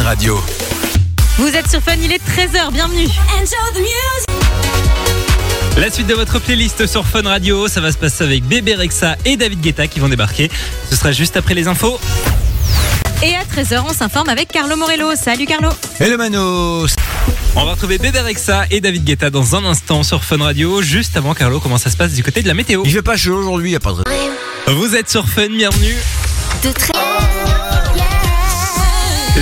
radio. Vous êtes sur Fun, il est 13h, bienvenue. La suite de votre playlist sur Fun Radio, ça va se passer avec Bébé Rexa et David Guetta qui vont débarquer. Ce sera juste après les infos. Et à 13h, on s'informe avec Carlo Morello. Salut Carlo. Et le Manos On va retrouver Bébé Rexa et David Guetta dans un instant sur Fun Radio. Juste avant, Carlo, comment ça se passe du côté de la météo Il fait pas chaud aujourd'hui, il a pas de raison. Vous êtes sur Fun, bienvenue.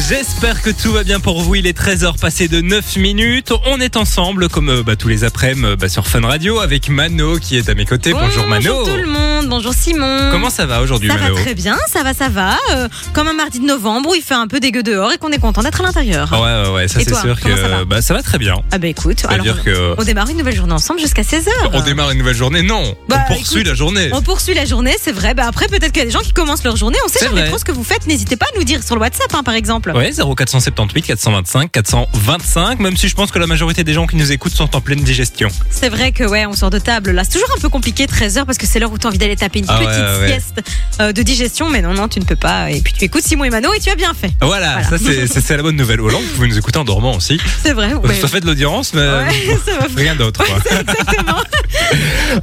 J'espère que tout va bien pour vous. Il est 13h passé de 9 minutes. On est ensemble, comme euh, bah, tous les après-midi, bah, sur Fun Radio, avec Mano qui est à mes côtés. Bonjour Mano. Bonjour tout le monde, bonjour Simon. Comment ça va aujourd'hui, ça va Mano très bien, ça va, ça va. Euh, comme un mardi de novembre où il fait un peu dégueu dehors et qu'on est content d'être à l'intérieur. Ah Ouais, ouais, ouais, ça Et c'est toi, sûr comment que ça va bah, ça va très bien. Ah bah écoute, alors C'est-à-dire que euh, on démarre une nouvelle journée ensemble jusqu'à 16h. on démarre une nouvelle journée. Non, Ah Bah, on poursuit écoute, la journée. On poursuit la journée, c'est vrai. Bah après, peut-être qu'il y a des gens qui commencent leur journée. On sait C'est jamais vrai. trop ce que vous faites. N'hésitez pas à nous dire sur le WhatsApp, hein, par exemple. Ouais, 0478 425 425, même si je pense que la majorité des gens qui nous écoutent sont en pleine digestion. C'est vrai que ouais, on sort de table. Là, c'est toujours un peu compliqué 13h parce que c'est l'heure où tu as envie d'aller taper une Ah ouais, petite ouais, ouais. sieste euh, de digestion, mais non non, tu ne peux pas et puis tu écoutes Simon et Mano et tu as bien fait. Voilà, Voilà. ça c'est- c'est c'est la bonne nouvelle. Ou alors, vous pouvez nous écouter en dormant aussi. C'est vrai. ouais. Ça fait euh, de l'audience, mais Ouais, ça va faire. rien d'autre. quoi. Exactement.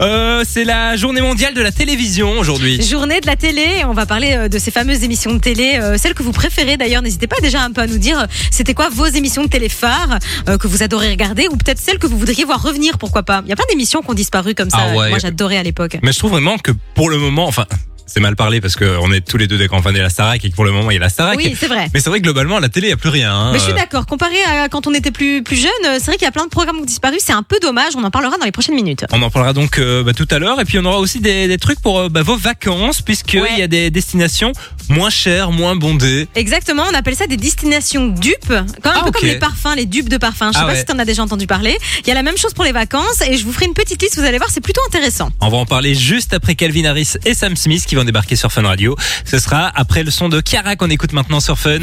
Euh, c'est la journée mondiale de la télévision aujourd'hui. Journée de la télé, on va parler euh, de ces fameuses émissions de télé, euh, celles que vous préférez d'ailleurs. N'hésitez pas déjà un peu à nous dire euh, c'était quoi vos émissions de télé phares euh, que vous adorez regarder ou peut-être celles que vous voudriez voir revenir, pourquoi pas. Il y a plein d'émissions qui ont disparu comme ça. euh, Ah ouais. Moi j'adorais à l'époque. Mais je trouve vraiment que pour le moment, enfin, c'est mal parlé parce qu'on est tous les deux des grands fans de la Starac et que pour le moment, il y a la Starac. Oui, c'est vrai. Mais c'est vrai que globalement, la télé, il n'y a plus rien. hein. Mais je suis d'accord. Comparé à quand on était plus, plus jeune, euh, c'est vrai qu'il y a plein de programmes qui ont disparu. C'est un peu dommage. On en parlera dans les prochaines minutes. On en parlera donc euh, bah, tout à l'heure et puis on aura aussi des, des trucs pour euh, bah, vos vacances puisqu'il Ouais. il y a des destinations moins chères, moins bondées. Exactement, on appelle ça des destinations dupes, quand même un Ah, peu ok. comme les parfums, les dupes de parfums. Je sais Ah pas ouais. si t'en as déjà entendu parler. Il y a la même chose pour les vacances et je vous ferai une petite liste, vous allez voir, c'est plutôt intéressant. On va en parler juste après Calvin Harris et Sam Smith qui vont débarquer sur Fun Radio. Ce sera après le son de Cara qu'on écoute maintenant sur Fun.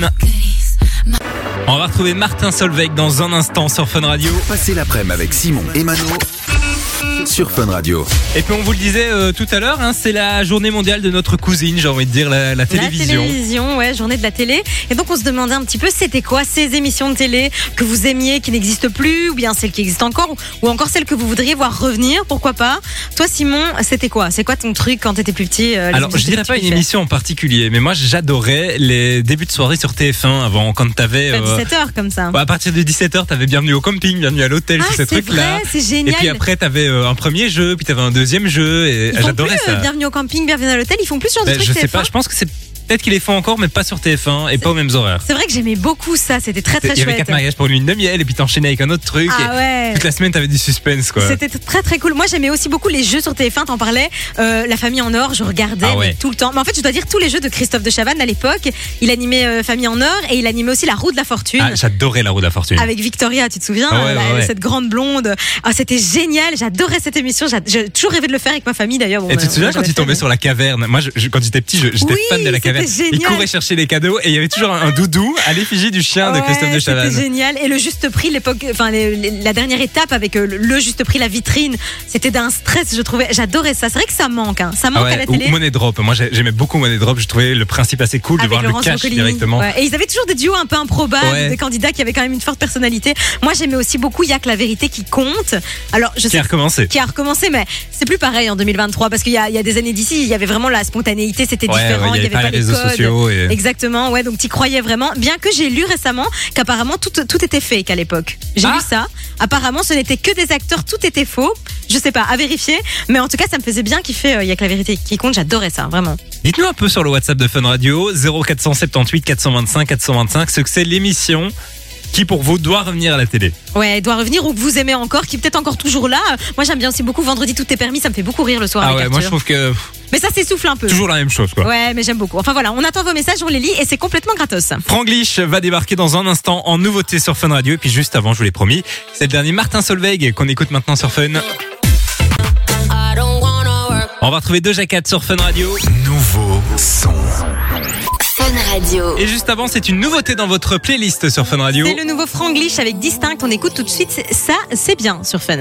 On va retrouver Martin Solveig dans un instant sur Fun Radio. Passez l'après-midi avec Simon et Mano sur Fun Radio. Et puis on vous le disait euh, tout à l'heure, hein, c'est la journée mondiale de notre cousine, j'ai envie de dire, la, la télévision. La télévision, ouais, journée de la télé. Et donc on se demandait un petit peu c'était quoi ces émissions de télé que vous aimiez, qui n'existent plus, ou bien celles qui existent encore, ou- ou encore celles que vous voudriez voir revenir, pourquoi pas. Toi Simon, c'était quoi C'est quoi ton truc quand t'étais plus petit euh, les Alors, je émissions dirais que tu pas une kiffais émission en particulier, mais moi j'adorais les débuts de soirée sur TF1 avant, quand t'avais... Pas euh, 17 heures comme ça. Bah, à partir de 17h, t'avais bienvenue au camping, bienvenue à l'hôtel, ah tous ces c'est trucs-là. vrai, c'est Et génial. puis après, t'avais euh, un premier jeu, puis t'avais un deuxième jeu, et Ils ah, font j'adorais plus, euh, ça. bienvenue au camping, bienvenue à l'hôtel. Ils font plus ce genre Bah, de je trucs sais TF1. pas, je pense que c'est peut-être qu'ils les font encore, mais pas sur TF1 et pas aux mêmes horaires. C'est vrai que j'aimais beaucoup ça. C'était très très Il y avait chouette. quatre mariages pour une lune de miel, et puis t'enchaînais avec un autre truc. et ah ouais. Toute la semaine, t'avais du suspense, quoi. C'était très très cool. Moi j'aimais aussi beaucoup les jeux sur TF1, t'en parlais. Euh, la famille en or, je regardais Ah ouais. mais tout le temps. Mais en fait, je dois dire tous les jeux de Christophe de Chavannes à l'époque. Il animait euh, Famille en or et il animait aussi La roue de la fortune. Ah, j'adorais la roue de la fortune. avec Victoria, tu te souviens Ah ouais, euh, la- ouais, ouais. Cette grande blonde. Ah, c'était génial, j'adorais cette émission. J'a- J'ai toujours rêvé de le faire avec ma famille d'ailleurs. Bon, Et tu on te a- souviens on a quand jamais il fait, tombait mais- sur la caverne Moi, je- je- quand j'étais petit, je- j'étais Oui, fan de la c'était caverne. Il génial. courait chercher les cadeaux et il y avait toujours un, un doudou à l'effigie du chien de Ouais, Christophe de C'était Chavannes. génial. Et le juste prix, l'époque, enfin les- les- la dernière étape avec euh, le- le juste prix, la vitrine, c'était d'un stress. Je trouvais, j'adorais ça. C'est vrai que ça manque, hein. ça Ah manque à ouais, la ou télé. Money Drop. Moi, j'ai- j'aimais beaucoup Money Drop. Je trouvais le principe assez cool de Avec voir le Laurence cash Boccolini. directement. Ouais. Et ils avaient toujours des duos un peu improbables, Ouais. des candidats qui avaient quand même une forte personnalité. Moi, j'aimais aussi beaucoup Y'a que la vérité qui compte. Alors, je Qui sais a recommencé qui a recommencé, mais c'est plus pareil en 2023 parce qu'il y, a- il y a des années d'ici, il y avait vraiment la spontanéité, c'était Ouais, différent, ouais, il y avait pas les réseaux codes. sociaux et- Exactement, ouais, donc tu croyais vraiment. Bien que j'ai lu récemment qu'apparemment tout, tout était fake à l'époque. J'ai Ah. lu ça. Apparemment, ce n'était que des acteurs, tout était faux. Je sais pas, à vérifier. Mais en tout cas, ça me faisait bien kiffer. euh, Il y a que la vérité qui compte. J'adorais ça, vraiment. Dites-nous un peu sur le WhatsApp de Fun Radio 0478 425 425 ce que c'est l'émission qui pour vous doit revenir à la télé. Ouais, elle doit revenir ou que vous aimez encore, qui est peut-être encore toujours là. Euh, Moi, j'aime bien aussi beaucoup Vendredi, tout est permis. Ça me fait beaucoup rire le soir. Ah avec ouais, moi je Arthur. trouve que pff, Mais ça s'essouffle un peu. toujours la même chose quoi. Euh. Ouais, mais j'aime beaucoup. Enfin voilà, on attend vos messages, on les lit et c'est complètement gratos. Franglish va débarquer dans un instant en nouveauté sur Fun Radio et puis juste avant je vous l'ai promis, c'est le dernier Martin Solveig qu'on écoute maintenant sur Fun. On va retrouver deux 4 sur Fun Radio. Nouveau son. Fun Radio. Et juste avant, c'est une nouveauté dans votre playlist sur Fun Radio. C'est le nouveau Franglish avec Distinct. On écoute tout de suite. C'est- Ça, c'est bien sur Fun.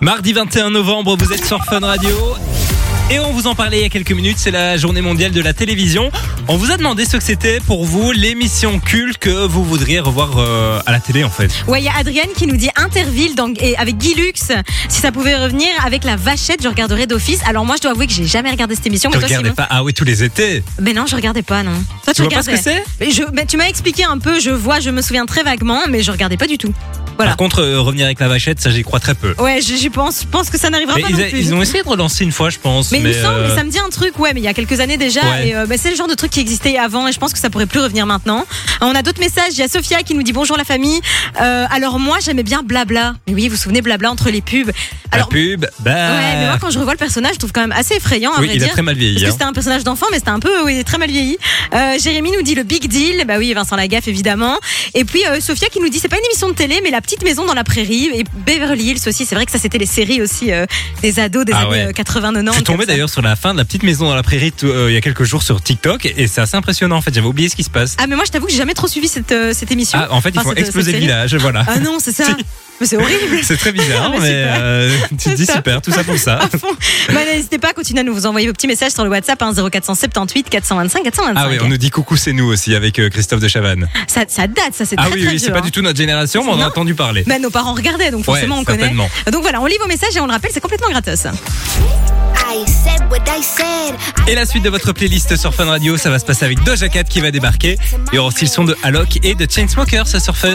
Mardi 21 novembre, vous êtes sur Fun Radio. Et on vous en parlait il y a quelques minutes, c'est la journée mondiale de la télévision. On vous a demandé ce que c'était pour vous l'émission culte que vous voudriez revoir euh, à la télé en fait. Ouais, il y a Adrienne qui nous dit Interville dans- et avec Guy Lux. Si ça pouvait revenir avec la vachette, je regarderais d'office. Alors moi, je dois avouer que j'ai jamais regardé cette émission. Tu Mais toi, regardais Simon pas Ah oui, tous les étés. Mais non, je regardais pas, non. Toi, Tu vois pas ce que regardais. c'est Mais je- mais tu m'as expliqué un peu, je vois, je me souviens très vaguement, mais je regardais pas du tout. Voilà. Par contre, euh, revenir avec la vachette, ça j'y crois très peu. Ouais, je, je pense, je pense que ça n'arrivera Mais pas ils, non a- plus. ils ont essayé de relancer une fois, je pense. Mais, il me semble, euh, ça me dit un truc, ouais, mais il y a quelques années déjà. Ouais. Et euh, bah, c'est le genre de truc qui existait avant et je pense que ça pourrait plus revenir maintenant. Euh, On a d'autres messages. Il y a Sophia qui nous dit bonjour la famille. Euh, alors moi, j'aimais bien Blabla. Mais oui, vous vous souvenez Blabla entre les pubs. la Alors, pub, bah. ouais, mais moi quand je revois le personnage, je trouve quand même assez effrayant à oui, vrai il a dire. très mal Parce vieilli. que hein. c'était un personnage d'enfant, mais c'était un peu oui, très mal vieilli. Euh, Jérémy nous dit le big deal. Bah oui, Vincent Lagaffe, évidemment. Et puis euh, Sophia qui nous dit c'est pas une émission de télé, mais la petite maison dans la prairie. Et Beverly Hills aussi. C'est vrai que ça, c'était les séries aussi euh, des ados des Ah ouais. années euh, 80-90. Je suis tombé d'ailleurs sur la fin de la petite maison dans la prairie tout- euh, il y a quelques jours sur TikTok et c'est assez impressionnant en fait. J'avais oublié ce qui se passe. Ah mais moi je t'avoue que j'ai jamais trop suivi cette, euh, cette émission. Ah, en fait, ils Enfin, font cette- exploser cette le série. village, voilà. Ah non, c'est ça. Si. Mais c'est horrible. C'est très bizarre, Mais mais, super. euh, tu te dis Top. super, tout ça pour ça. À fond. Bah, N'hésitez pas à continuer à nous envoyer vos petits messages sur le WhatsApp hein, 0478 425 425. Ah oui, on nous dit coucou, c'est nous aussi avec euh, Christophe de Chavannes. ça, ça date, ça c'est Ah très très oui, oui, vieux, c'est pas hein. du tout notre génération, mais on en Non. a entendu parler. Bah, nos parents regardaient, donc forcément on connaît. certainement. Donc voilà, on lit vos messages et on le rappelle, c'est complètement gratos. I said what I said. Et la suite de votre playlist sur Fun Radio, ça va se passer avec Doja Cat qui va débarquer. Il y aura aussi le son de Alok et de Chainsmokers sur Fun.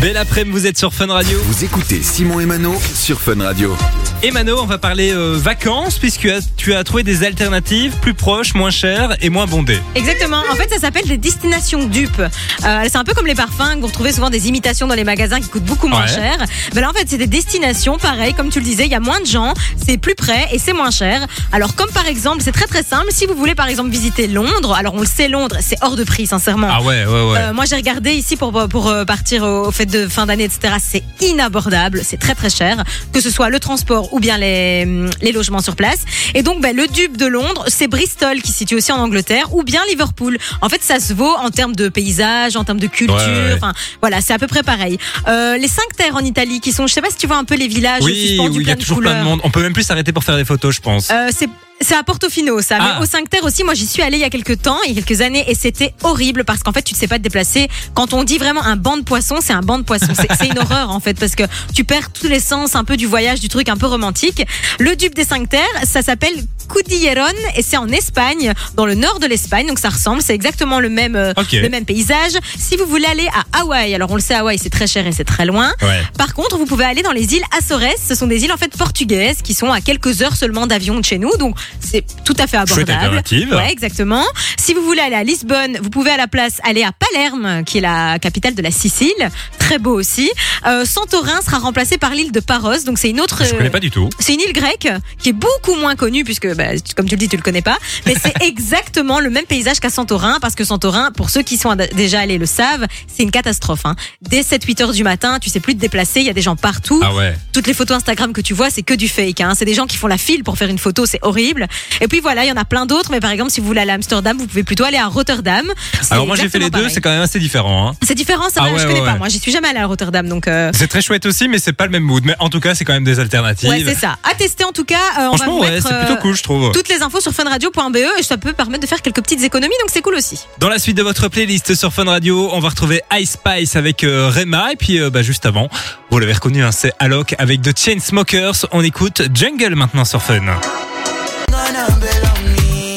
Belle après-midi, vous êtes sur Fun Radio. Vous écoutez Simon et Mano sur Fun Radio. Et Mano, on va parler euh, vacances puisque as- tu as trouvé des alternatives plus proches, moins chères et moins bondées. Exactement. En fait, ça s'appelle des destinations dupes. Euh, c'est un peu comme les parfums que vous retrouvez souvent des imitations dans les magasins qui coûtent beaucoup moins Ouais. cher. Ben là, en fait, c'est des destinations, pareil, comme tu le disais, il y a moins de gens, c'est plus près et c'est moins cher. Alors, comme par exemple, c'est très très simple. Si vous voulez par exemple visiter Londres, alors on le sait, Londres, c'est hors de prix, sincèrement. Ah ouais, ouais, ouais. Euh, moi, j'ai regardé ici pour, pour euh, partir aux fêtes de fin d'année, etc. C'est inabordable, c'est très très cher, que ce soit le transport ou bien les, hum, les logements sur place. Et donc, ben, le dupe de Londres, c'est Bristol qui se situe aussi en Angleterre, ou bien Liverpool. En fait, ça se vaut en termes de paysage, en termes de culture. Ouais, ouais, ouais. Enfin, voilà, c'est à peu près pareil. Euh, les cinq terres en Italie, qui sont, je sais pas si tu vois un peu les villages oui, suspendus, oui, il y plein a de toujours couleurs. plein de monde. On peut même plus s'arrêter pour faire des photos, je pense. Euh, c'est c'est à Portofino, ça. Ah. Mais au 5 Terre aussi, moi j'y suis allée il y a quelques temps, il y a quelques années, et c'était horrible parce qu'en fait tu ne sais pas te déplacer. Quand on dit vraiment un banc de poissons, c'est un banc de poissons. C'est c'est une horreur en fait parce que tu perds tous les sens un peu du voyage, du truc un peu romantique. Le dupe des 5 Terres, ça s'appelle Cudilleron et c'est en Espagne, dans le nord de l'Espagne, donc ça ressemble, c'est exactement le même, euh, Ok. le même paysage. Si vous voulez aller à Hawaï, alors on le sait, Hawaï c'est très cher et c'est très loin. Ouais. Par contre, vous pouvez aller dans les îles Açores. Ce sont des îles en fait portugaises qui sont à quelques heures seulement d'avion de chez nous, donc c'est tout à fait Chouette abordable. alternative. Ouais, exactement. Si vous voulez aller à Lisbonne, vous pouvez à la place aller à Palerme, qui est la capitale de la Sicile. Très beau aussi. Euh, Santorin sera remplacé par l'île de Paros, donc c'est une autre. Je connais pas du tout. C'est une île grecque qui est beaucoup moins connue puisque, bah, tu- comme tu le dis, tu le connais pas. Mais c'est exactement le même paysage qu'à Santorin parce que Santorin, pour ceux qui sont ad- déjà allés le savent, c'est une catastrophe. hein. Dès 7-8 heures du matin, tu sais plus te déplacer, il y a des gens partout. Ah ouais. Toutes les photos Instagram que tu vois, c'est que du fake. hein. C'est des gens qui font la file pour faire une photo, c'est horrible. Et puis voilà, il y en a plein d'autres. Mais par exemple, si vous voulez aller à Amsterdam, vous pouvez plutôt aller à Rotterdam. C'est Alors moi j'ai fait les exactement deux, pareil. c'est quand même assez différent. hein. C'est différent, ça. Ah je ouais, connais ouais, pas. ouais. Moi, j'y suis jamais allée à Rotterdam, donc. euh, C'est très chouette aussi, mais c'est pas le même mood. Mais en tout cas, c'est quand même des alternatives. Ouais, c'est ça. À tester en tout cas. euh, on va Franchement, vous ouais, mettre, c'est euh, plutôt cool, je trouve. Toutes les infos sur funradio.be E et ça peut permettre de faire quelques petites économies, donc c'est cool aussi. Dans la suite de votre playlist sur Fun Radio, on va retrouver Ice Spice avec euh, Rema. Et puis, euh, bah, juste avant, vous l'avez reconnu, hein, c'est Alok avec The Chainsmokers. On écoute Jungle maintenant sur Fun.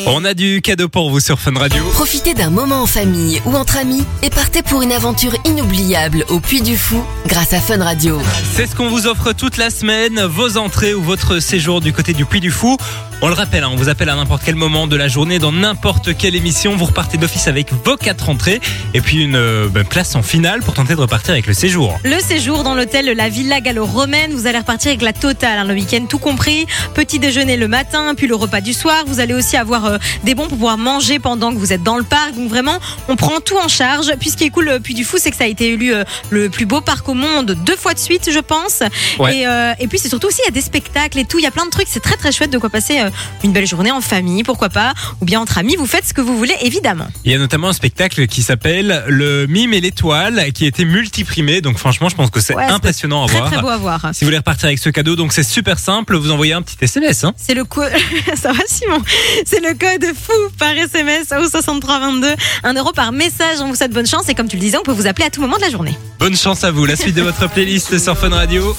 On a du cadeau pour vous sur Fun Radio. Profitez d'un moment en famille ou entre amis et partez pour une aventure inoubliable au Puy du Fou grâce à Fun Radio. C'est ce qu'on vous offre toute la semaine, vos entrées ou votre séjour du côté du Puy du Fou. On le rappelle, hein, on vous appelle à n'importe quel moment de la journée, dans n'importe quelle émission. Vous repartez d'office avec vos quatre entrées et puis une euh, bah, place en finale pour tenter de repartir avec le séjour. Le séjour dans l'hôtel La Villa Gallo-Romaine, vous allez repartir avec la totale, hein, le week-end tout compris. Petit déjeuner le matin, puis le repas du soir. Vous allez aussi avoir euh, des bons pour pouvoir manger pendant que vous êtes dans le parc. Donc vraiment, on prend tout en charge. Puis ce qui est cool, euh, Puy du Fou, c'est que ça a été élu euh, le plus beau parc au monde deux fois de suite, je pense. Ouais. Et, euh, et puis c'est surtout aussi, il y a des spectacles et tout. Il y a plein de trucs, c'est très très chouette de quoi passer euh, euh, une belle journée en famille, pourquoi pas, ou bien entre amis, vous faites ce que vous voulez évidemment. Il y a notamment un spectacle qui s'appelle Le Mime et l'Étoile, qui a été multiprimé. Donc franchement, je pense que c'est Ouais, c'est impressionnant à Très voir. très beau à voir. Si vous voulez repartir avec ce cadeau, donc c'est super simple, vous envoyez un petit SMS. Hein. C'est le code. Ça va, Simon C'est le code fou par SMS au 6322. 1 euro par message. On vous souhaite bonne chance. Et comme tu le disais, on peut vous appeler à tout moment de la journée. Bonne chance à vous. La suite de votre playlist sur Fun Radio.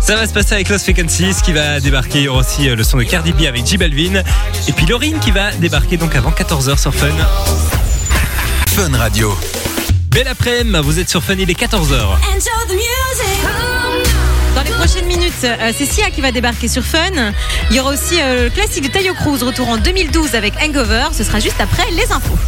Ça va se passer avec Lost Frequencies qui va débarquer. Il y aura aussi euh, le son de Cardi B avec J Balvin. Et puis Laurine qui va débarquer donc avant 14h sur Fun. Fun Radio. Belle après-midi, vous êtes sur Fun, il est 14h. Dans les prochaines minutes, euh, c'est Sia qui va débarquer sur Fun. Il y aura aussi euh, le classique de Tayo Cruz, retour en 2012 avec Hangover. Ce sera juste après les infos.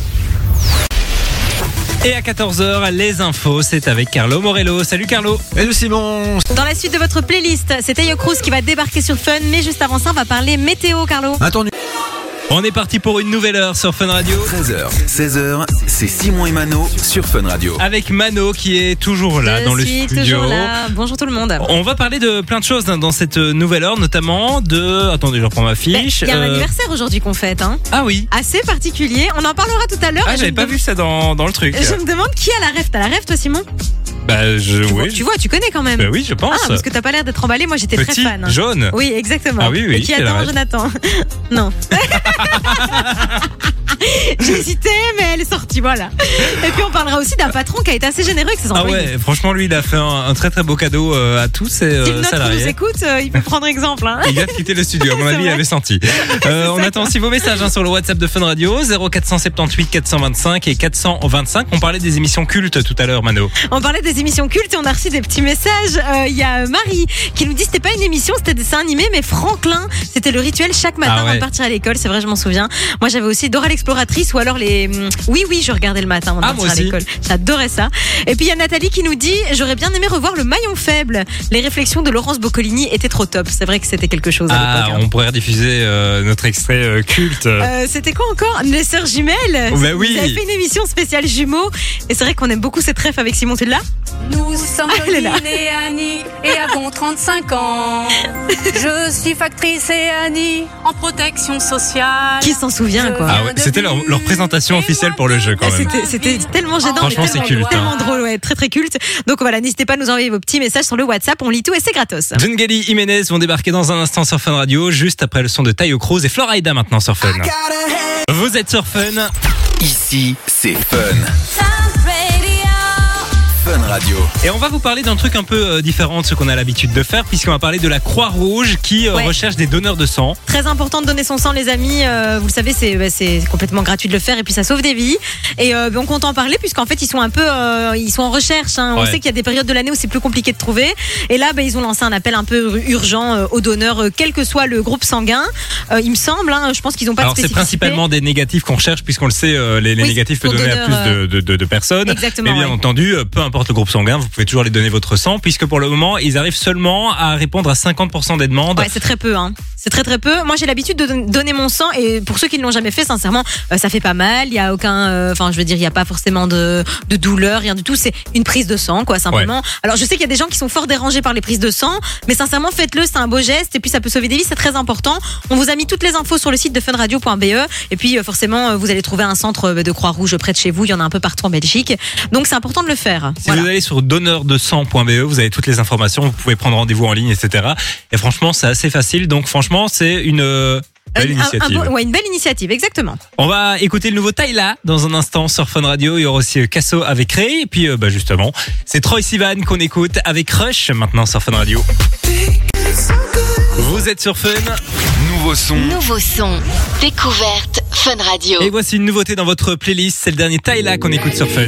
Et à 14h, les infos, c'est avec Carlo Morello. Salut Carlo. Hello Simon, Dans la suite de votre playlist, c'est Tayo Cruz qui va débarquer sur Fun. Mais juste avant ça, on va parler météo, Carlo. attendu. On est parti pour une nouvelle heure sur Fun Radio. 13h, 16h, c'est Simon et Mano sur Fun Radio. Avec Mano qui est toujours là Je dans le suis studio. toujours là. Bonjour tout le monde. On va parler de plein de choses hein, dans cette nouvelle heure, notamment de. Attendez, je reprends ma Ben, fiche. Il y a un Euh, anniversaire aujourd'hui qu'on fête, hein. Ah oui. assez particulier. On en parlera tout à l'heure. Ah, et je j'avais me pas dem- vu ça dans, dans le truc. Je me demande qui a la rêve. T'as la rêve, toi, Simon Bah, je. Bon, Oui. Tu vois, tu connais quand même. Bah oui, je ah, pense. parce que t'as pas l'air d'être emballé. Moi, j'étais très Petit, fan. hein. jaune. Oui, exactement. Ah oui, oui, Et qui c'est la attend rêve. Jonathan Non. J'hésitais, mais elle est sortie, voilà. Et puis on parlera aussi d'un patron qui a été assez généreux avec ses Ah employés. ouais, franchement, lui, il a fait un, un très très beau cadeau euh, à tous ses Si euh, le nôtre nous salariés. écoute, euh, il peut prendre exemple. hein. Il vient de quitter le studio, à mon C'est avis, il vrai. avait senti. Euh, on attend aussi vos messages hein, sur le WhatsApp de Fun Radio 0478 425 et 425. On parlait des émissions cultes tout à l'heure, Mano. On parlait des émissions cultes et on a reçu des petits messages. Euh, Il y a euh, Marie qui nous dit c'était pas une émission, c'était des dessins animés, mais Franklin, c'était le rituel chaque matin Ah ouais. avant de partir à l'école. C'est vrai, je m'en souviens. Moi, j'avais aussi Dora l'exploratrice ou alors les. hum, Oui, oui, je regardais le matin avant de Ah, moi partir à aussi. l'école. J'adorais ça. Et puis il y a Nathalie qui nous dit j'aurais bien aimé revoir le maillon faible. Les réflexions de Laurence Boccolini étaient trop top. C'est vrai que c'était quelque chose à Ah, l'époque. hein. on pourrait rediffuser euh, notre extrait euh, culte. Euh, c'était quoi encore Les sœurs jumelles Oh, bah oui. Vous avez fait une émission spéciale jumeaux. Et c'est vrai qu'on aime beaucoup cette ref avec Simon, tu l'as Nous sommes Ah, elle est là. Pauline et Annie et avons 35 ans. Je suis factrice et Annie en protection sociale. Qui s'en souvient, Je quoi Ah ouais, c'était leur- leur présentation officielle pour le jeu, quand Ah, même. C'était c'était tellement gênant, mais Franchement, c'est tellement, culte, hein. tellement drôle, ouais, très très culte. Donc voilà, n'hésitez pas à nous envoyer vos petits messages sur le WhatsApp, on lit tout et c'est gratos. Jungeli Jiménez vont débarquer dans un instant sur Fun Radio, juste après le son de Tayo Cruz et Florida maintenant sur Fun. Vous êtes sur Fun Ici, c'est Fun. Fun Radio. et on va vous parler d'un truc un peu euh, différent de ce qu'on a l'habitude de faire puisqu'on va parler de la Croix-Rouge qui euh, Ouais. recherche des donneurs de sang. Très important de donner son sang, les amis. euh, vous le savez, c'est bah, c'est complètement gratuit de le faire et puis ça sauve des vies. Et euh, bah, on compte en parler puisqu'en fait ils sont un peu, euh, ils sont en recherche. hein. On Ouais. sait qu'il y a des périodes de l'année où c'est plus compliqué de trouver. Et là, bah, ils ont lancé un appel un peu ur- urgent euh, aux donneurs, euh, quel que soit le groupe sanguin. Euh, il me semble, hein, je pense qu'ils n'ont pas Alors de c'est spécificité. principalement des négatifs qu'on recherche puisqu'on le sait, euh, les, les Oui, négatifs peuvent pour donner à donneurs, plus de, de- de- de personnes. Exactement, Mais bien ouais. entendu, euh, peu importe le groupe sanguin, vous pouvez toujours les donner votre sang puisque pour le moment, ils arrivent seulement à répondre à 50% des demandes. Ouais, c'est très peu, hein. C'est très très peu. Moi, j'ai l'habitude de don- donner mon sang et pour ceux qui ne l'ont jamais fait, sincèrement, euh, ça fait pas mal. Il y a aucun, euh, enfin, je veux dire, il y a pas forcément de, de douleur, rien du tout. C'est une prise de sang, quoi, simplement. Alors, je sais qu'il y a des gens qui sont fort dérangés par les prises de sang, mais sincèrement, faites-le. C'est un beau geste et puis ça peut sauver des vies. C'est très important. On vous a mis toutes les infos sur le site de funradio.be et puis euh, forcément, euh, vous allez trouver un centre euh, de Croix-Rouge près de chez vous. Il y en a un peu partout en Belgique, donc c'est important de le faire. Si Voilà. vous allez sur donneurdesang.be, vous avez toutes les informations, vous pouvez prendre rendez-vous en ligne, etc. Et franchement, c'est assez facile. Donc franchement, c'est une euh, Un- un- belle un initiative. beau- ouais, une belle initiative, exactement. On va écouter le nouveau Tyla dans un instant sur Fun Radio. Il y aura aussi euh, Casso avec Ray. Et puis, euh, bah, justement, c'est Troy Sivan qu'on écoute avec Rush maintenant sur Fun Radio. Vous êtes sur Fun Nouveau son. Nouveau son, découverte Fun Radio. et voici une nouveauté dans votre playlist. C'est le dernier Tyla qu'on écoute sur Fun.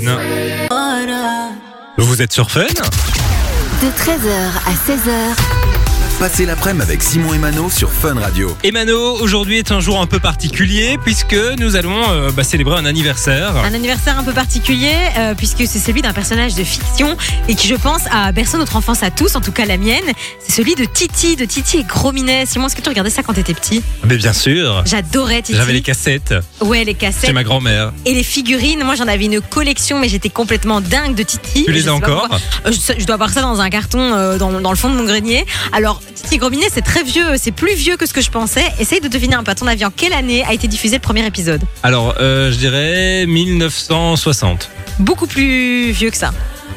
Vous êtes sur Fun De 13h à 16h, Passez l'après-midi avec Simon et Mano sur Fun Radio. Et Mano, aujourd'hui est un jour un peu particulier puisque nous allons euh, bah, célébrer un anniversaire. Un anniversaire un peu particulier, euh, puisque c'est celui d'un personnage de fiction et qui, je pense, a bercé notre enfance à tous, en tout cas la mienne. C'est celui de Titi, de Titi et Gros Minet. Simon, est-ce que tu regardais ça quand t'étais petit Mais bien sûr J'adorais Titi. J'avais les cassettes Ouais, les chez cassettes. ma grand-mère. Et les figurines. Moi, j'en avais une collection, mais j'étais complètement dingue de Titi. Tu Je les sais as pas encore pourquoi. Euh, Je, je dois avoir ça dans un carton euh, dans, dans le fond de mon grenier. Alors, petite Tigrominet, c'est très vieux, euh, c'est plus vieux que ce que je pensais. Essaye de deviner un peu à ton avis en quelle année a été diffusé le premier épisode. Alors, euh, je dirais 1960. Beaucoup plus vieux que ça.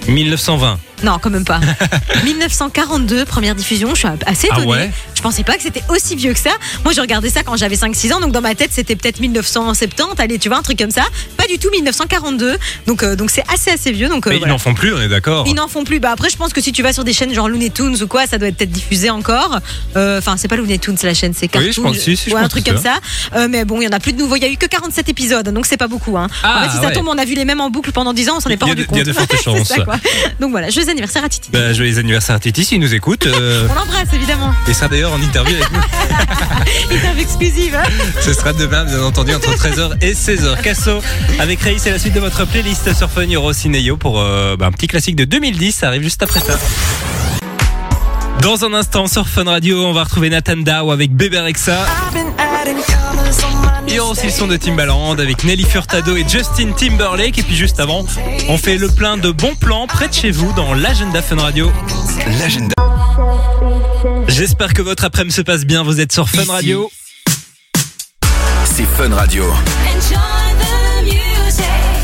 1920. Non, quand même pas. 1942, première diffusion, je suis assez Ah étonnée. ouais je pensais pas que c'était aussi vieux que ça. Moi, je regardais ça quand j'avais 5-6 ans, donc dans ma tête, c'était peut-être 1970, allez, tu vois, un truc comme ça. Pas du tout 1942, donc euh, donc c'est assez assez vieux. Donc, euh, Mais ils voilà. n'en font plus, on est d'accord. Ils n'en font plus. Bah après, je pense que si tu vas sur des chaînes genre Looney Tunes ou quoi, ça doit être peut-être diffusé encore. Euh, Enfin, c'est pas Looney Tunes la chaîne, c'est Cartoon. Oui, je pense- si, si, je ouais, un pense truc que comme c'est ça. Euh, mais bon, il y en a plus de nouveaux. Il y a eu que 47 épisodes, donc c'est pas beaucoup. Hein. Ah, en fait, si ça ouais. tombe, on a vu les mêmes en boucle pendant 10 ans, on s'en est pas Il y a rendu de- compte. il y a de fortes C'est chances. ça, quoi. donc voilà, joyeux anniversaire à Titi. Bah, joyeux anniversaire à Titi s'il nous écoute. euh, On l'embrasse évidemment. et ça d'ailleurs en interview avec nous. Interview exclusive. hein. Ce sera demain, bien entendu, entre 13h et 16h. Casso avec Ray, c'est la suite de votre playlist sur Fun Euro Cinéo pour euh, bah, un petit classique de 2010. Ça arrive juste après ça. Dans un instant sur Fun Radio, on va retrouver Nathan Dao avec Bébé Rexa. Il y aura aussi le son de Timbaland avec Nelly Furtado et Justin Timberlake. Et puis juste avant, on fait le plein de bons plans près de chez vous dans l'agenda Fun Radio. L'agenda. J'espère que votre après-midi se passe bien. Vous êtes sur Fun Ici. Radio. C'est Fun Radio.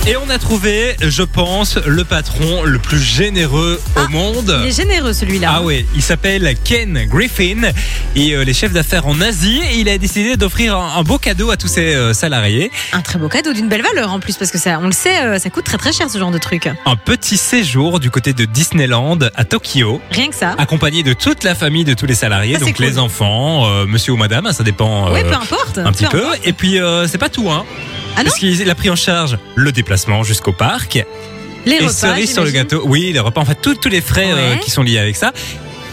Et on a trouvé, je pense, le patron le plus généreux au monde. Ah, Il est généreux celui-là. Ah ouais, il s'appelle Ken Griffin et euh, les chefs d'affaires en Asie et il a décidé d'offrir un, un beau cadeau à tous ses euh, salariés, Un très beau cadeau d'une belle valeur en plus parce que ça, on le sait, euh, ça coûte très très cher ce genre de truc. un petit séjour du côté de Disneyland à Tokyo, Rien que ça. accompagné de toute la famille de tous les salariés, Ah, c'est donc cool. les enfants, euh, monsieur ou madame, hein, ça dépend euh, ouais, peu importe. un petit peu. importe. Et puis euh, c'est pas tout hein. Ah non Parce qu'il a pris en charge le déplacement jusqu'au parc, Les et repas. cerise sur le j'imagine. gâteau. Oui, les repas, en fait, tous tous les frais euh, Ouais. Ah, qui sont liés avec ça.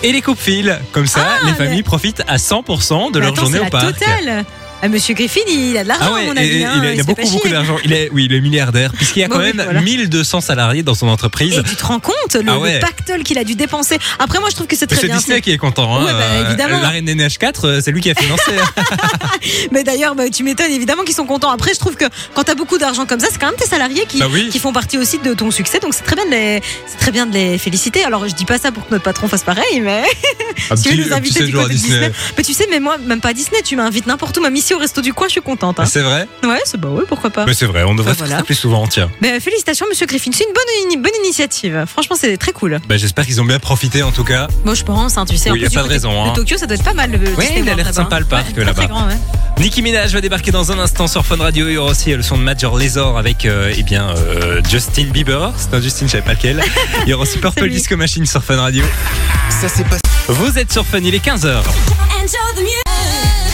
Et les coupes fil Comme ça, les familles profitent à 100% Mais de leur attends, journée c'est au la parc. totale. Ah, Monsieur Griffin, il a de l'argent, Ah ouais, à mon et- avis. et hein, il a, il a se fait beaucoup, pas beaucoup chier. d'argent. Il est, oui, il est milliardaire, puisqu'il y a Bah quand oui, même voilà. 1200 salariés dans son entreprise. Et tu te rends compte, le, Ah le ouais. pactole qu'il a dû dépenser. Après, moi, je trouve que c'est Mais très C'est bien. Disney qui est content. Hein. Ouais, bah, Euh, évidemment. La Reine des Neiges 4, euh, c'est lui qui a financé. hein. Mais d'ailleurs, bah, tu m'étonnes, évidemment qu'ils sont contents. Après, je trouve que quand t'as beaucoup d'argent comme ça, c'est quand même tes salariés qui, Bah oui. qui font partie aussi de ton succès. Donc, c'est très bien de les, c'est très bien de les féliciter. Alors, je dis pas ça pour que notre patron fasse pareil, mais un si tu veux nous un inviter du séjour à côté de Disney. Mais tu sais, mais moi, même pas à Disney, tu m'invites n'importe où, même ici au resto du coin, je suis contente. hein. C'est vrai Ouais, c'est bah ouais, pourquoi pas. Mais c'est vrai, on devrait Bah, faire voilà. ça plus souvent, tiens. Mais euh, félicitations, monsieur Griffin. C'est une bonne, une bonne initiative. Franchement, c'est très cool. Bah, J'espère qu'ils ont bien profité en tout cas. Moi, je pense, hein, tu sais. Oui, en y a plus, pas du de côté raison, hein. Tokyo, ça doit être pas mal. Le Oui, il a l'air sympa, le parc, là-bas. Nicki Minaj va débarquer dans un instant sur Fun Radio. Il y aura aussi le son de Major Lazer avec euh, eh bien, euh, Justin Bieber. C'est un Justin, je savais pas lequel. Il y aura aussi C'est Purple lui. Disco Machine sur Fun Radio. Ça s'est passé. Vous êtes sur Fun, il est 15h.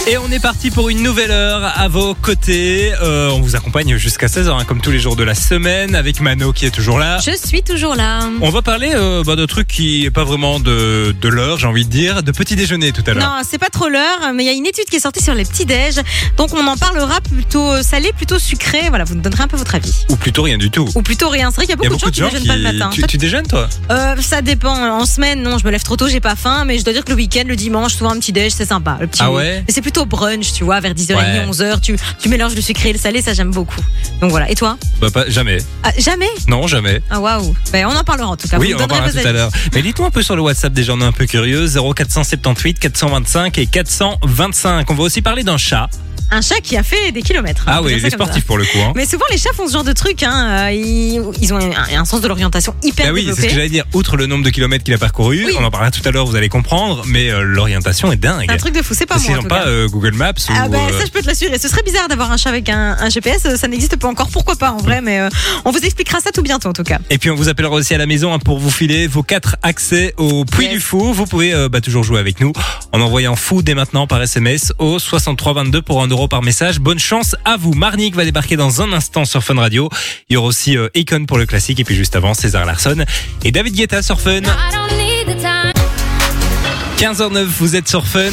Et on est parti pour une nouvelle heure à vos côtés. Euh, on vous accompagne jusqu'à 16h, hein, comme tous les jours de la semaine, avec Mano qui est toujours là. Je suis toujours là. On va parler euh, bah, de trucs qui est pas vraiment de, de l'heure, j'ai envie de dire, de petit déjeuner tout à l'heure. Non, c'est pas trop l'heure, mais il y a une étude qui est sortie sur les petits déj, donc on en parlera plutôt salé, plutôt sucré. Voilà, vous nous donnerez un peu votre avis. Ou plutôt rien du tout. Ou plutôt rien. C'est vrai qu'il y a Il y a beaucoup de gens qui ne déjeunent pas le matin. Tu, tu déjeunes toi Euh, ça dépend. En semaine, non, je me lève trop tôt, j'ai pas faim, mais je dois dire que le week-end, le dimanche, souvent un petit déj, c'est sympa. Le petit... Ah ouais Mais c'est plutôt brunch, tu vois, vers 10h30, Ouais. 11h, tu, tu mélanges le sucré et le salé, ça j'aime beaucoup. Donc voilà. Et toi Bah pas, jamais. Ah, Jamais Non, jamais. Ah waouh. Ben, on en parlera en tout cas. Oui, Vous on me en donnerez parlera vos tout à avis. l'heure. Mais dites-moi un peu sur le WhatsApp des gens, on est un peu curieux. 0478 425 et 425. On va aussi parler d'un chat. Un chat qui a fait des kilomètres. Ah On peut oui, dire les ça comme ça. sportifs pour le coup. hein. Mais souvent les chats font ce genre de truc. Hein. euh, Ils, ils ont un, un sens de l'orientation hyper Bah oui, c'est ce développé. que j'allais dire. Outre le nombre de kilomètres qu'il a parcouru, Oui. on en parlera tout à l'heure, vous allez comprendre, mais euh, l'orientation est dingue. c'est un truc de fou. C'est pas Parce qu'ils moi. en n'ont tout pas cas. euh, Google Maps ou. Ah bah euh, ça je peux te l'assurer, ce serait bizarre d'avoir un chat avec un, un GPS, euh, ça n'existe pas encore, pourquoi pas en vrai, mais euh, on vous expliquera ça tout bientôt en tout cas. Et puis on vous appellera aussi à la maison hein, pour vous filer vos quatre accès au Puy Yes. du Fou. Vous pouvez euh, bah, toujours jouer avec nous en envoyant fou dès maintenant par SMS au 6322 pour 1 euro par message. Bonne chance à vous. Marnik va débarquer dans un instant sur Fun Radio. Il y aura aussi euh, Icon pour le classique et puis juste avant César Larson et David Guetta sur Fun. 15h09, vous êtes sur Fun.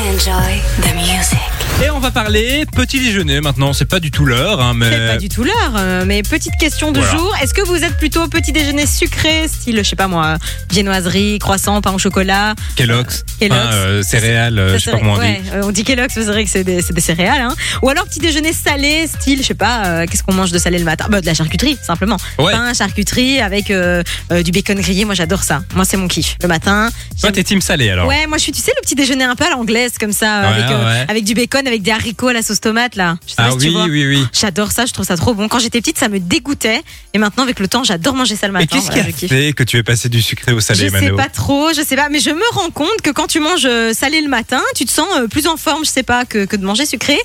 Enjoy the music. Et on va parler petit déjeuner maintenant. C'est pas du tout l'heure, hein, mais. C'est pas du tout l'heure, euh, mais petite question de Voilà. jour. Est-ce que vous êtes plutôt petit déjeuner sucré, style, je sais pas moi, viennoiserie, croissant, pain au chocolat Kellogg's. Kellogg's. Enfin, euh, céréales, euh, Ça, je sais c'est pas vrai- comment on ouais, dit. euh, on dit Kellogg's, c'est vrai que c'est des, c'est des céréales. hein. Ou alors petit déjeuner salé, style, je sais pas, euh, qu'est-ce qu'on mange de salé le matin bah, De la charcuterie, simplement. Ouais. Pain, charcuterie avec euh, euh, du bacon grillé, moi j'adore ça. Moi c'est mon kiff. Le matin, Toi, j'aime- t'es team salé alors. Ouais, moi je suis, tu sais, le petit déjeuner un peu à l'anglaise, comme ça, euh, Ah Ouais, avec, euh, ouais. avec du bacon, avec des haricots à la sauce tomate, là. Je sais pas ah si tu oui, vois. Bah, oui, oui. J'adore ça, je trouve ça trop bon. Quand j'étais petite, ça me dégoûtait. Et maintenant, avec le temps, j'adore manger ça le matin. Mais qu'est-ce qui Voilà, a je kiffe. fait que tu es passé du sucré au salé, Je sais Mano pas trop, je sais pas, mais je me rends compte que quand tu manges euh, salé le matin, tu te sens euh, plus en forme, je sais pas, que, que de manger sucré.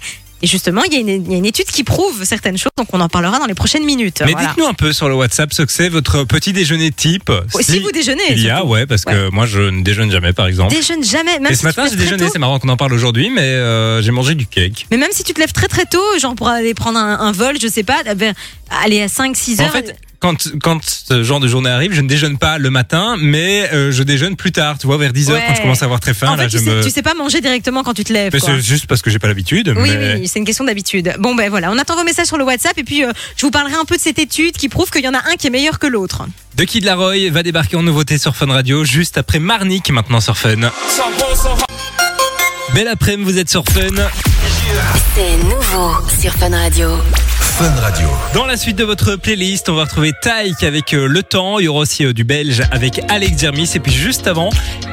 Et justement, il y, a une- il y a une étude qui prouve certaines choses, donc on en parlera dans les prochaines minutes. Mais Voilà. dites-nous un peu sur le WhatsApp ce que c'est votre petit déjeuner type. Si vous déjeunez, Il y a, surtout. ouais, parce que moi je ne déjeune jamais par exemple. déjeune jamais. Même Et si ce tu matin te j'ai lèves très déjeuné, tôt. c'est marrant qu'on en parle aujourd'hui, mais euh, j'ai mangé du cake. Mais même si tu te lèves très très tôt, genre pour aller prendre un, un vol, je sais pas, ben, aller à 5-6 heures. En fait, quand, quand ce genre de journée arrive, je ne déjeune pas le matin, mais euh, je déjeune plus tard, tu vois, vers 10h Ouais. quand je commence à avoir très faim. En fait, là, tu, je sais, me... tu sais pas manger directement quand tu te lèves. Mais quoi. c'est juste parce que j'ai pas l'habitude. Oui, mais... oui, c'est une question d'habitude. Bon, ben voilà, on attend vos messages sur le WhatsApp et puis euh, je vous parlerai un peu de cette étude qui prouve qu'il y en a un qui est meilleur que l'autre. The Kid Laroy va débarquer en nouveauté sur Fun Radio juste après Marnik maintenant sur Fun. Belle après-midi, vous êtes sur Fun. C'est nouveau sur Fun Radio. Fun Radio. Dans la suite de votre playlist, on va retrouver Taïk avec euh, Le Temps. Il y aura aussi euh, du Belge avec Alex Dermis. Et puis juste avant,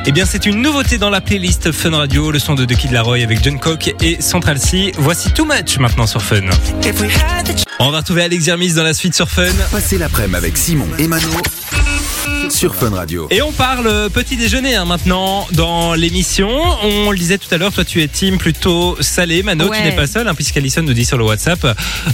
eh bien c'est une nouveauté dans la playlist Fun Radio, le son de The Kid Laroy avec John Cock et Central C. Voici Too Much maintenant sur Fun. On va retrouver Alex Dermis dans la suite sur Fun. Passez l'après-midi avec Simon et Mano sur Fun Radio. Et on parle euh, petit déjeuner hein, maintenant dans l'émission. On le disait tout à l'heure, toi tu es team plutôt salé. Mano, tu Ouais. n'es pas seul, hein, puisqu'Alison nous dit sur le WhatsApp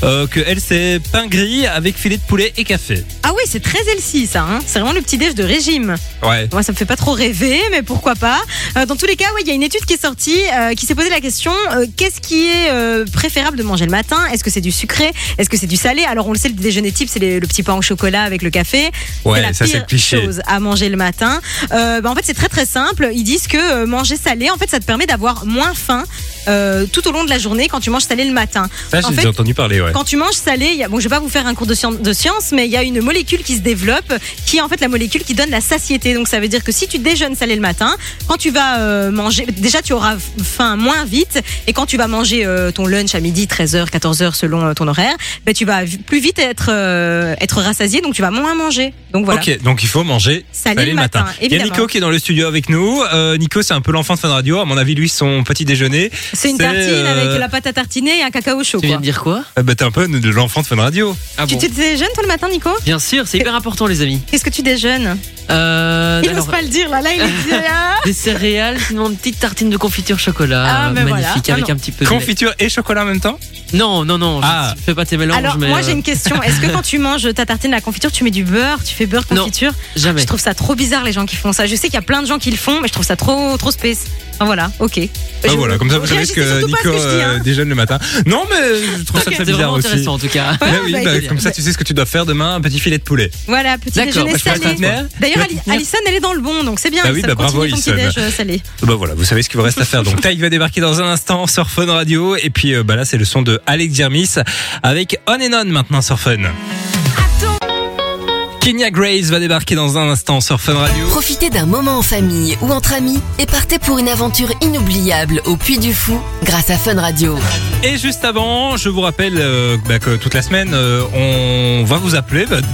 euh, que elle c'est pain gris avec filet de poulet et café. Ah oui, c'est très L6 ça, hein. c'est vraiment le petit déj de régime. Ouais. Moi, ça me fait pas trop rêver, mais pourquoi pas. Euh, dans tous les cas, ouais, il y a une étude qui est sortie euh, qui s'est posée la question euh, qu'est-ce qui est euh, préférable de manger le matin Est-ce que c'est du sucré Est-ce que c'est du salé Alors, on le sait, le déjeuner type, c'est les- le petit pain au chocolat avec le café. Ouais, c'est la ça, c'est pire le cliché. chose à manger le matin. Euh, bah, en fait, c'est très très simple. Ils disent que euh, manger salé, en fait, ça te permet d'avoir moins faim euh, tout au long de la journée quand tu manges salé le matin. Ça, En j'ai fait, déjà entendu parler, ouais. Quand tu manges salé, il y a- bon, je vais pas vous faire un cours de science, de science, mais il y a une molécule qui se développe, qui est en fait la molécule qui donne la satiété. Donc ça veut dire que si tu déjeunes salé le matin, quand tu vas euh, manger, déjà tu auras faim moins vite, et quand tu vas manger euh, ton lunch à midi, 13h, 14h selon euh, ton horaire, ben, tu vas v- plus vite être, euh, être rassasié, donc tu vas moins manger. Donc voilà. Ok, donc il faut manger Salé salé le le matin. matin, il y a évidemment. Nico qui est dans le studio avec nous. Euh, Nico, c'est un peu l'enfant de Fun Radio. À mon avis, lui, son petit déjeuner. C'est une c'est, tartine euh, avec la pâte à tartiner et un cacao chaud. quoi. Tu viens de dire quoi euh, bah, t'es un peu de l'enfant de Fun Radio. Ah Tu, bon tu déjeunes toi le matin, Nico Bien sûr, c'est hyper important les amis. Qu'est-ce que tu déjeunes Euh, Il n'ose alors, pas le dire là, là il est dit, ah. des céréales, sinon une petite tartine de confiture chocolat, euh, Ah, mais voilà. magnifique Ah, avec non. un petit peu de lait. Confiture et chocolat en même temps Non, non, non, je- Ah. je fais pas tes mélanges, Alors mais moi euh, j'ai une question. Est-ce que quand tu manges ta tartine à la confiture, tu mets du beurre, tu fais beurre Non. confiture jamais. Je trouve ça trop bizarre les gens qui font ça. Je sais qu'il y a plein de gens qui le font, mais je trouve ça trop trop space. Enfin, voilà, ok. Ah, Je- voilà, comme ça, vous savez ce Réagissez que surtout pas à Nico ce que je dis, hein. euh, déjeune le matin. Non, mais je trouve ça C'est très vraiment bizarre aussi. intéressant en tout cas. Ouais, Ouais, oui, bah, bah, écoute, comme ça, bah- tu sais ce que tu dois faire demain, un petit filet de poulet. Voilà, petit D'accord, déjeuner bah, je vais salé. attendre, moi. D'ailleurs, Tu vas Ali- Alison, elle est dans le bon, donc c'est bien. Bah oui, ça bah, bravo, continue ton petit Alison. déj euh, salé. Bah voilà, vous savez ce qu'il vous reste à faire. Donc Taïk va débarquer dans un instant sur Fun Radio. Et puis euh, bah là, c'est le son de Alex Jermis avec On and On maintenant sur Fun. Kenya Grace va débarquer dans un instant sur Fun Radio. Profitez d'un moment en famille ou entre amis et partez pour une aventure inoubliable au Puy du Fou grâce à Fun Radio. Et juste avant, je vous rappelle euh, bah, que toute la semaine, euh, on va vous appeler. Bah,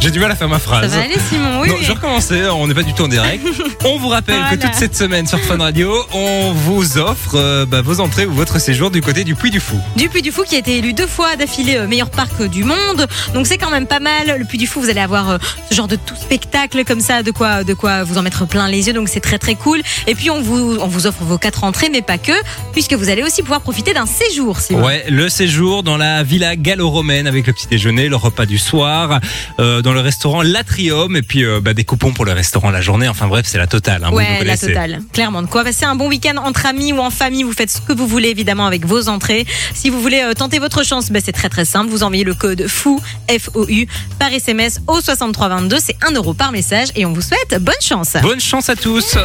J'ai du mal à faire ma Ça phrase. va aller, Simon Oui. Ah, Non, je recommençais, on n'est pas du tout en direct. On vous rappelle que Voilà. toute cette semaine sur Fun Radio, on vous offre euh, bah, vos entrées ou votre séjour du côté du Puy du Fou. Du Puy du Fou qui a été élu deux fois d'affilée euh, meilleur parc euh, du monde. Donc c'est quand même pas mal. Le Puy du Fou, vous allez avoir euh, ce genre de tout spectacle comme ça, de quoi, de quoi vous en mettre plein les yeux. Donc c'est très très cool. Et puis on vous, on vous offre vos quatre entrées, mais pas que, puisque vous allez aussi pouvoir profiter d'un séjour. Simon. Ouais, le séjour dans la villa gallo-romaine avec le petit déjeuner, le repas du soir, euh, dans le restaurant L'Atrium et puis euh, bah, des coupons pour le restaurant la journée. Enfin bref, c'est la totale. hein, vous nous Ouais, la connaissez. totale. Clairement. De quoi passer un bon week-end entre amis ou en famille. Vous faites ce que vous voulez, évidemment, avec vos entrées. Si vous voulez euh, tenter votre chance, ben, c'est très très simple. Vous envoyez le code FOU, F-O-U, par SMS au 6322. C'est 1 euro par message et on vous souhaite bonne chance. Bonne chance à tous. You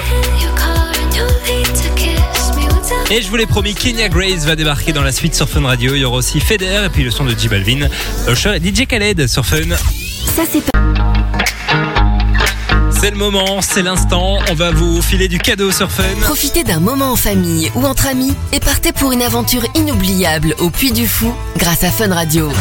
call and you lead to kiss me with Et je vous l'ai promis, Kenya Grace va débarquer dans la suite sur Fun Radio. Il y aura aussi Feder et puis le son de J Balvin, Usher et DJ Khaled sur Fun. Ça, c'est pas. C'est le moment, c'est l'instant. On va vous filer du cadeau sur Fun. Profitez d'un moment en famille ou entre amis et partez pour une aventure inoubliable au Puy du Fou grâce à Fun Radio.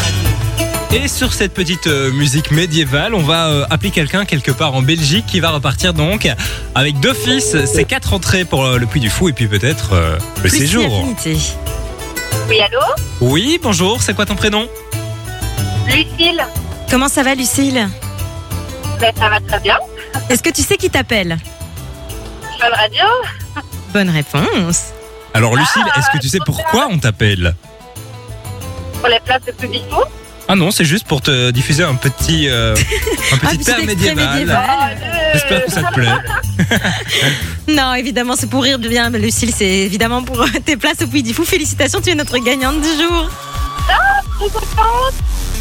Et sur cette petite euh, musique médiévale, on va euh, appeler quelqu'un quelque part en Belgique qui va repartir donc avec deux fils. C'est quatre entrées pour euh, le Puy du Fou et puis peut-être euh, le Plus séjour. d'affinité. Oui, allô Oui, bonjour, c'est quoi ton prénom Lucille Comment ça va, Lucille ben, Ça va très bien. Est-ce que tu sais qui t'appelle Fun Radio Bonne réponse. Alors Lucille, est-ce que tu sais pourquoi on t'appelle pour les places de public Fou. Ah non, c'est juste pour te diffuser un petit, euh, un Ah, petit petit air extrait médiéval. médiéval. Ah, euh, J'espère que ça te plaît. Non, évidemment, c'est pour rire de bien. Mais Lucille, c'est évidemment pour euh, tes places au Puy du Fou. Félicitations, tu es notre gagnante du jour.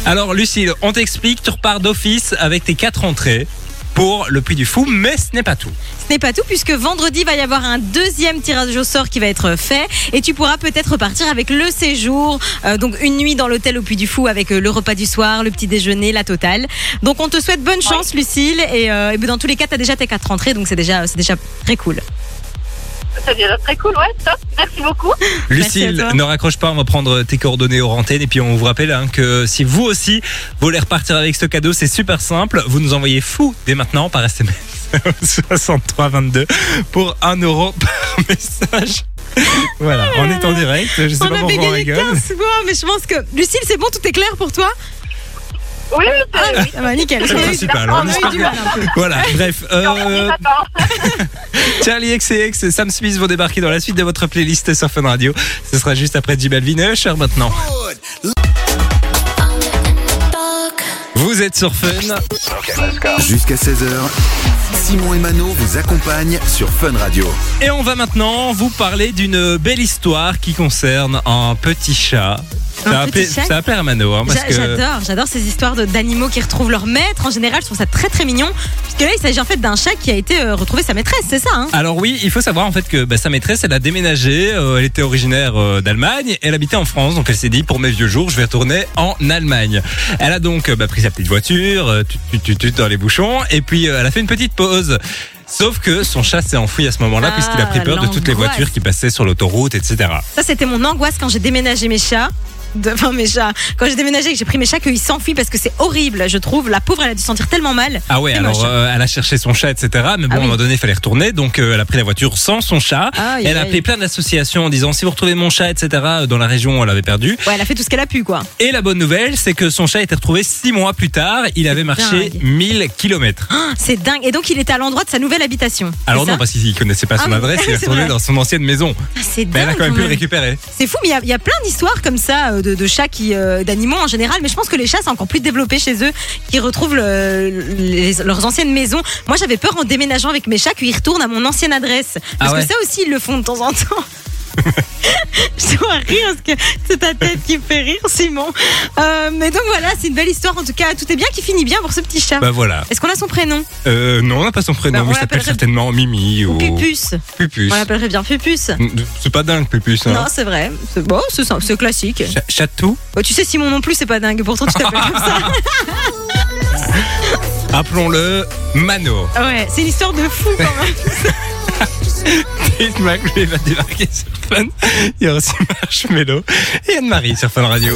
Alors Lucille, on t'explique, tu repars d'office avec tes quatre entrées pour le Puy du Fou, mais ce n'est pas tout. Ce n'est pas tout, puisque vendredi, va y avoir un deuxième tirage au sort qui va être fait. Et tu pourras peut-être repartir avec le séjour. euh, donc, une nuit dans l'hôtel au Puy du Fou avec euh, le repas du soir, le petit déjeuner, la totale. Donc, on te souhaite bonne chance, Lucille. Et, euh, et dans tous les cas, tu as déjà tes quatre entrées. Donc, c'est déjà, c'est déjà très cool. C'est déjà très cool, ouais, top. Merci beaucoup. Merci Lucille, à toi. ne raccroche pas, on va prendre tes coordonnées aux antennes et puis on vous rappelle hein, que si vous aussi voulez repartir avec ce cadeau, c'est super simple. Vous nous envoyez fou dès maintenant par SMS 6322 pour 1 euro par message. Voilà, on est en direct. Je sais On avait pas pourquoi on gagné rigole. 15 fois, mais je pense que. Lucille, c'est bon, tout est clair pour toi Oui, c'est oui. Ah bah, nickel. C'est On a eu- principal. hein. on On a eu espère du que- mal hein. un peu. Voilà, bref. Merci, Euh, papa. Charlie XCX et Sam Smith vont débarquer dans la suite de votre playlist sur Fun Radio. Ce sera juste après J Balvin et Usher maintenant. Vous êtes sur Fun. Jusqu'à 16h, Simon et Mano vous accompagnent sur Fun Radio. Et on va maintenant vous parler d'une belle histoire qui concerne un petit chat. Un Ça petit chat ça a peur à Mano, hein, parce J'a- que J'adore, j'adore ces histoires de- d'animaux qui retrouvent leur maître. En général, je trouve ça très très mignon. Puisque là, il s'agit en fait d'un chat qui a été euh, retrouvé sa maîtresse, c'est ça hein Alors oui, il faut savoir en fait que bah, sa maîtresse, elle a déménagé, euh, elle était originaire euh, d'Allemagne, elle habitait en France, donc elle s'est dit pour mes vieux jours, je vais retourner en Allemagne. Elle a donc euh, bah, pris sa petite voiture, euh, tut, tut, tut, tut, dans les bouchons, et puis euh, elle a fait une petite pause. Sauf que son chat s'est enfoui à ce moment-là Ah, puisqu'il a pris peur de toutes les l'angoisse. voitures qui passaient sur l'autoroute, etc. Ça, c'était mon angoisse quand j'ai déménagé mes chats. De- Enfin, mes chats. Quand j'ai déménagé et que j'ai pris mes chats, qu'ils s'enfuient parce que c'est horrible, je trouve. La pauvre, elle a dû sentir tellement mal. Ah ouais, C'est alors moche. euh, elle a cherché son chat, etc. Mais bon, Ah à un oui. moment donné, il fallait retourner. Donc euh, elle a pris la voiture sans son chat. Aïe, elle a aïe. appelé plein d'associations en disant si vous retrouvez mon chat, etc. euh, Dans la région où elle avait perdu. Ouais, elle a fait tout ce qu'elle a pu, quoi. Et la bonne nouvelle, c'est que son chat a été retrouvé six mois plus tard. Il avait marché dingue. 1000 kilomètres. C'est dingue. Et donc, il était à l'endroit de sa nouvelle habitation. Alors c'est non, ça parce qu'il connaissait pas son Ah, adresse. Il est c'est retourné vrai. dans son ancienne maison. Ah, c'est Mais Ben, elle a dingue. quand même quand pu le même. récupérer. C'est fou, mais il y a- il y, a plein d'histoires comme ça euh, de, de chats qui, euh, d'animaux en général. Mais je pense que les chats c'est encore plus développé chez eux, qui retrouvent le- les- leurs anciennes maisons. Moi, j'avais peur en déménageant avec mes chats qu'ils retournent à mon ancienne adresse, parce Ah ouais. que ça aussi ils le font de temps en temps. Je dois rire parce que c'est ta tête qui me fait rire, Simon. Euh, mais donc voilà, c'est une belle histoire en tout cas. Tout est bien qui finit bien pour ce petit chat. Bah voilà. Est-ce qu'on a son prénom Euh, non, on n'a pas son Bah, prénom. on mais il s'appelle l'appellerait- certainement Mimi ou Pupus. Oh. Pupus. On l'appellerait bien Pupus. C'est pas dingue, Pupus. hein. Non, c'est vrai. C'est bon, c'est simple, c'est classique. Cha- Chatou. Oh, tu sais, Simon non plus, c'est pas dingue. Pourtant, tu t'appelles comme ça. Appelons-le Mano. Ah Ouais, c'est une histoire de fou quand même. Kate McRae va débarquer sur Fun. Il y a aussi Marshmello et Anne-Marie sur Fun Radio.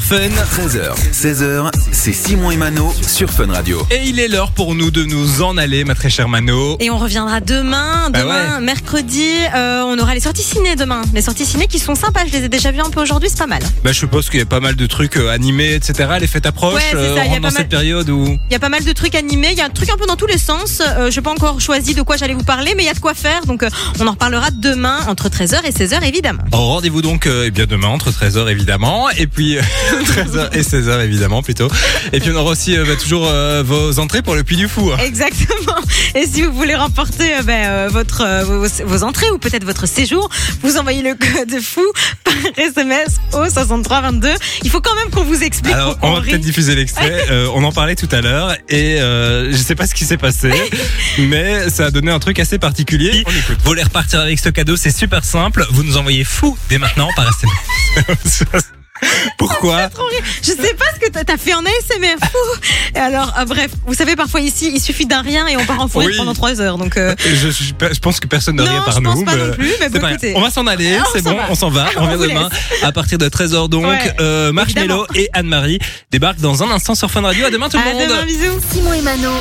Fun. 13h, 16h, c'est Simon et Mano sur Fun Radio. Et il est l'heure pour nous de nous en aller, ma très chère Mano. Et on reviendra demain, Bah demain, mercredi. euh, on aura les sorties ciné demain. Les sorties ciné qui sont sympas. Je les ai déjà vues un peu aujourd'hui, c'est pas mal. Bah, je suppose qu'il y a pas mal de trucs euh, animés, etc. Les fêtes approchent. Ouais, c'est ça, euh, il y a on rentre dans pas mal- cette période où. Il y a pas mal de trucs animés. Il y a un truc un peu dans tous les sens. Euh, je n'ai pas encore choisi de quoi j'allais vous parler, mais il y a de quoi faire. Donc, euh, on en reparlera demain entre 13h et 16h, évidemment. Rendez-vous donc euh, eh bien demain entre 13h évidemment. Et puis. euh, 13h et 16h évidemment plutôt. Et puis on aura aussi euh, bah, toujours euh, vos entrées pour le Puy du Fou. hein. Exactement. Et si vous voulez remporter euh, ben, euh, votre, euh, vos, vos entrées ou peut-être votre séjour, vous envoyez le code fou par SMS au 6322. Il faut quand même qu'on vous explique Alors, pourquoi on va rit. peut-être diffuser l'extrait. Euh, on en parlait tout à l'heure et euh, je sais pas ce qui s'est passé, mais ça a donné un truc assez particulier. Vous voulez repartir avec ce cadeau, c'est super simple. Vous nous envoyez fou dès maintenant par SMS. Pourquoi Je sais pas ce que t'as- t'as fait en ASMR. Fou. Et alors, euh, bref, vous savez, parfois ici, il suffit d'un rien et on part en fourrure Oui. pendant trois heures. Donc, euh, je, je- je pense que personne ne non, rit à part je nous. pense pas mais- non plus. Mais C'est bon, pas grave. écoutez. On va s'en aller, Ah, on c'est s'en bon, va. on s'en va. On On revient vous demain à partir de 13h donc. Ouais. Euh, Marshmello et Anne-Marie débarquent dans un instant sur Fun Radio. À demain tout le À monde. demain, bisous. Simon et Mano.